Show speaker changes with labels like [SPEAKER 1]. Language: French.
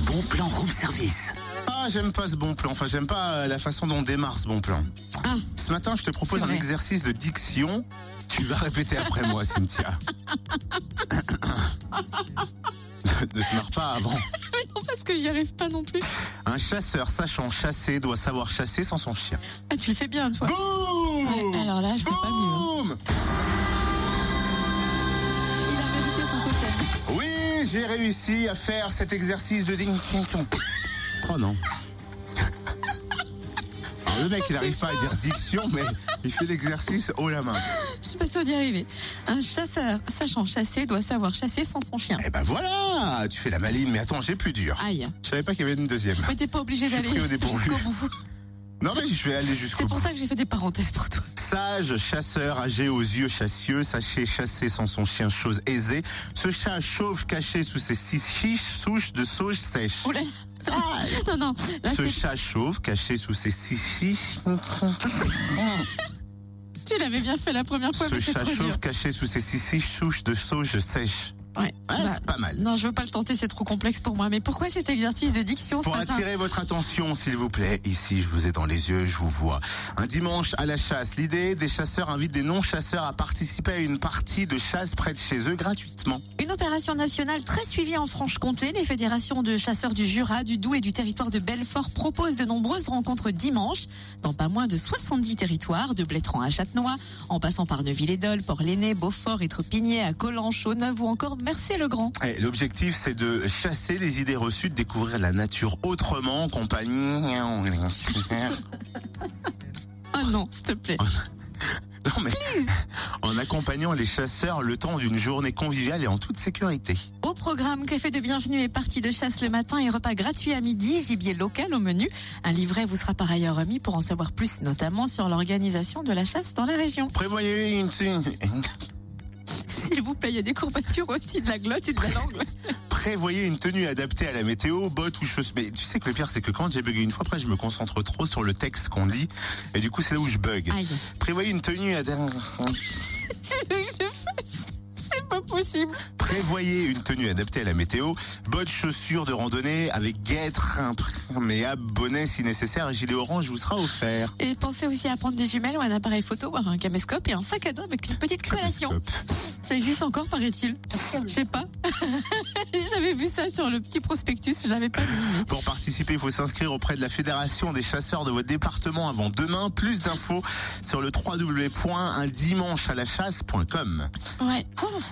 [SPEAKER 1] Bon plan room service.
[SPEAKER 2] Ah, j'aime pas ce bon plan. Enfin, j'aime pas euh, la façon dont démarre ce bon plan.
[SPEAKER 3] Ah.
[SPEAKER 2] Ce matin, je te propose
[SPEAKER 3] C'est
[SPEAKER 2] un
[SPEAKER 3] vrai.
[SPEAKER 2] exercice de diction. Tu vas répéter après moi, Cynthia. ne te marre pas avant.
[SPEAKER 3] Non, parce que j'y arrive pas non plus.
[SPEAKER 2] Un chasseur sachant chasser doit savoir chasser sans son chien.
[SPEAKER 3] Ah, tu le fais bien, toi.
[SPEAKER 2] Boum
[SPEAKER 3] Ouais, alors là, je peux pas mieux. hein.
[SPEAKER 2] Boum
[SPEAKER 3] Il a mérité son totem.
[SPEAKER 2] Oui, j'ai réussi à faire cet exercice de ding ding dong. Oh non. Alors, le mec, il n'arrive pas à dire diction, mais il fait l'exercice haut la main.
[SPEAKER 3] Je suis pas sûre d'y arriver. Un chasseur sachant chasser doit savoir chasser sans son chien.
[SPEAKER 2] Eh ben voilà, tu fais la maline, mais attends, j'ai plus dur.
[SPEAKER 3] Aïe.
[SPEAKER 2] Je savais pas qu'il y avait une deuxième.
[SPEAKER 3] Mais t'es pas obligé
[SPEAKER 2] Je suis
[SPEAKER 3] d'aller
[SPEAKER 2] pris au dépourvu.
[SPEAKER 3] jusqu'au bout.
[SPEAKER 2] Non mais je vais aller
[SPEAKER 3] C'est
[SPEAKER 2] jusqu'au bout.
[SPEAKER 3] pour ça que j'ai fait des parenthèses pour toi.
[SPEAKER 2] Sage, chasseur, âgé aux yeux chassieux, sachez chasser sans son chien, chose aisée. Ce chat chauve caché sous ses six chiches, souches de sauge sèche.
[SPEAKER 3] Oula.
[SPEAKER 2] Ah,
[SPEAKER 3] Non, non. Là,
[SPEAKER 2] Ce
[SPEAKER 3] c'est-
[SPEAKER 2] chat chauve caché sous ses six chiches.
[SPEAKER 3] tu l'avais bien fait la première fois,
[SPEAKER 2] Ce
[SPEAKER 3] mais c'est
[SPEAKER 2] chat
[SPEAKER 3] trop dur.
[SPEAKER 2] chauve caché sous ses six chiches, souches de sauge sèche.
[SPEAKER 3] Ouais.
[SPEAKER 2] Ouais,
[SPEAKER 3] Bah,
[SPEAKER 2] c'est pas mal.
[SPEAKER 3] non, je veux pas le tenter, c'est trop complexe pour moi. Mais pourquoi cet exercice de diction
[SPEAKER 2] Pour
[SPEAKER 3] ce matin
[SPEAKER 2] attirer votre attention, s'il vous plaît, ici, je vous ai dans les yeux, je vous vois. Un dimanche à la chasse. L'idée, des chasseurs invitent des non-chasseurs à participer à une partie de chasse près de chez eux gratuitement.
[SPEAKER 3] Une opération nationale très suivie en Franche-Comté, les fédérations de chasseurs du Jura, du Doubs et du territoire de Belfort proposent de nombreuses rencontres dimanche dans pas moins de 70 territoires, de Blétran à Châtenois, en passant par Neuville-et-Dole, Port-Léné, Beaufort, Étrepigné, à Collans, Chauneuf ou encore Mercier-le-Grand.
[SPEAKER 2] Et Eh, L'objectif, c'est de chasser les idées reçues, de découvrir la nature autrement, en compagnie. Non,
[SPEAKER 3] Ah non, s'il te plaît.
[SPEAKER 2] mais en accompagnant les chasseurs le temps d'une journée conviviale et en toute sécurité.
[SPEAKER 3] Au programme, café de bienvenue et partie de chasse le matin et repas gratuit à midi, gibier local au menu. Un livret vous sera par ailleurs remis pour en savoir plus, notamment sur l'organisation de la chasse dans la région.
[SPEAKER 2] Prévoyez une,
[SPEAKER 3] S'il vous plaît, il y a des courbatures aussi, de la glotte et de la langue.
[SPEAKER 2] prévoyez une tenue adaptée à la météo, bottes ou choses. Mais tu sais que le pire, c'est que quand j'ai bugué une fois, après, je me concentre trop sur le texte qu'on lit. Et du coup, c'est là où je bug.
[SPEAKER 3] Aïe.
[SPEAKER 2] Prévoyez une tenue adaptée.
[SPEAKER 3] Tu veux que je fasse C'est pas possible.
[SPEAKER 2] Prévoyez une tenue adaptée à la météo, bottes, chaussures de randonnée avec guêtres imperméables, bonnet si nécessaire, un gilet orange vous sera offert.
[SPEAKER 3] Et pensez aussi à prendre des jumelles ou un appareil photo, voire un caméscope et un sac à dos avec une petite collation.
[SPEAKER 2] Hop.
[SPEAKER 3] Ça existe encore, paraît-il. Je sais pas. J'avais vu ça sur le petit prospectus, je l'avais pas mis. mais-
[SPEAKER 2] Pour participer, il faut s'inscrire auprès de la Fédération des chasseurs de votre département avant demain. Plus d'infos sur le www.undimanchealachasse.com.
[SPEAKER 3] Ouais. Ouf.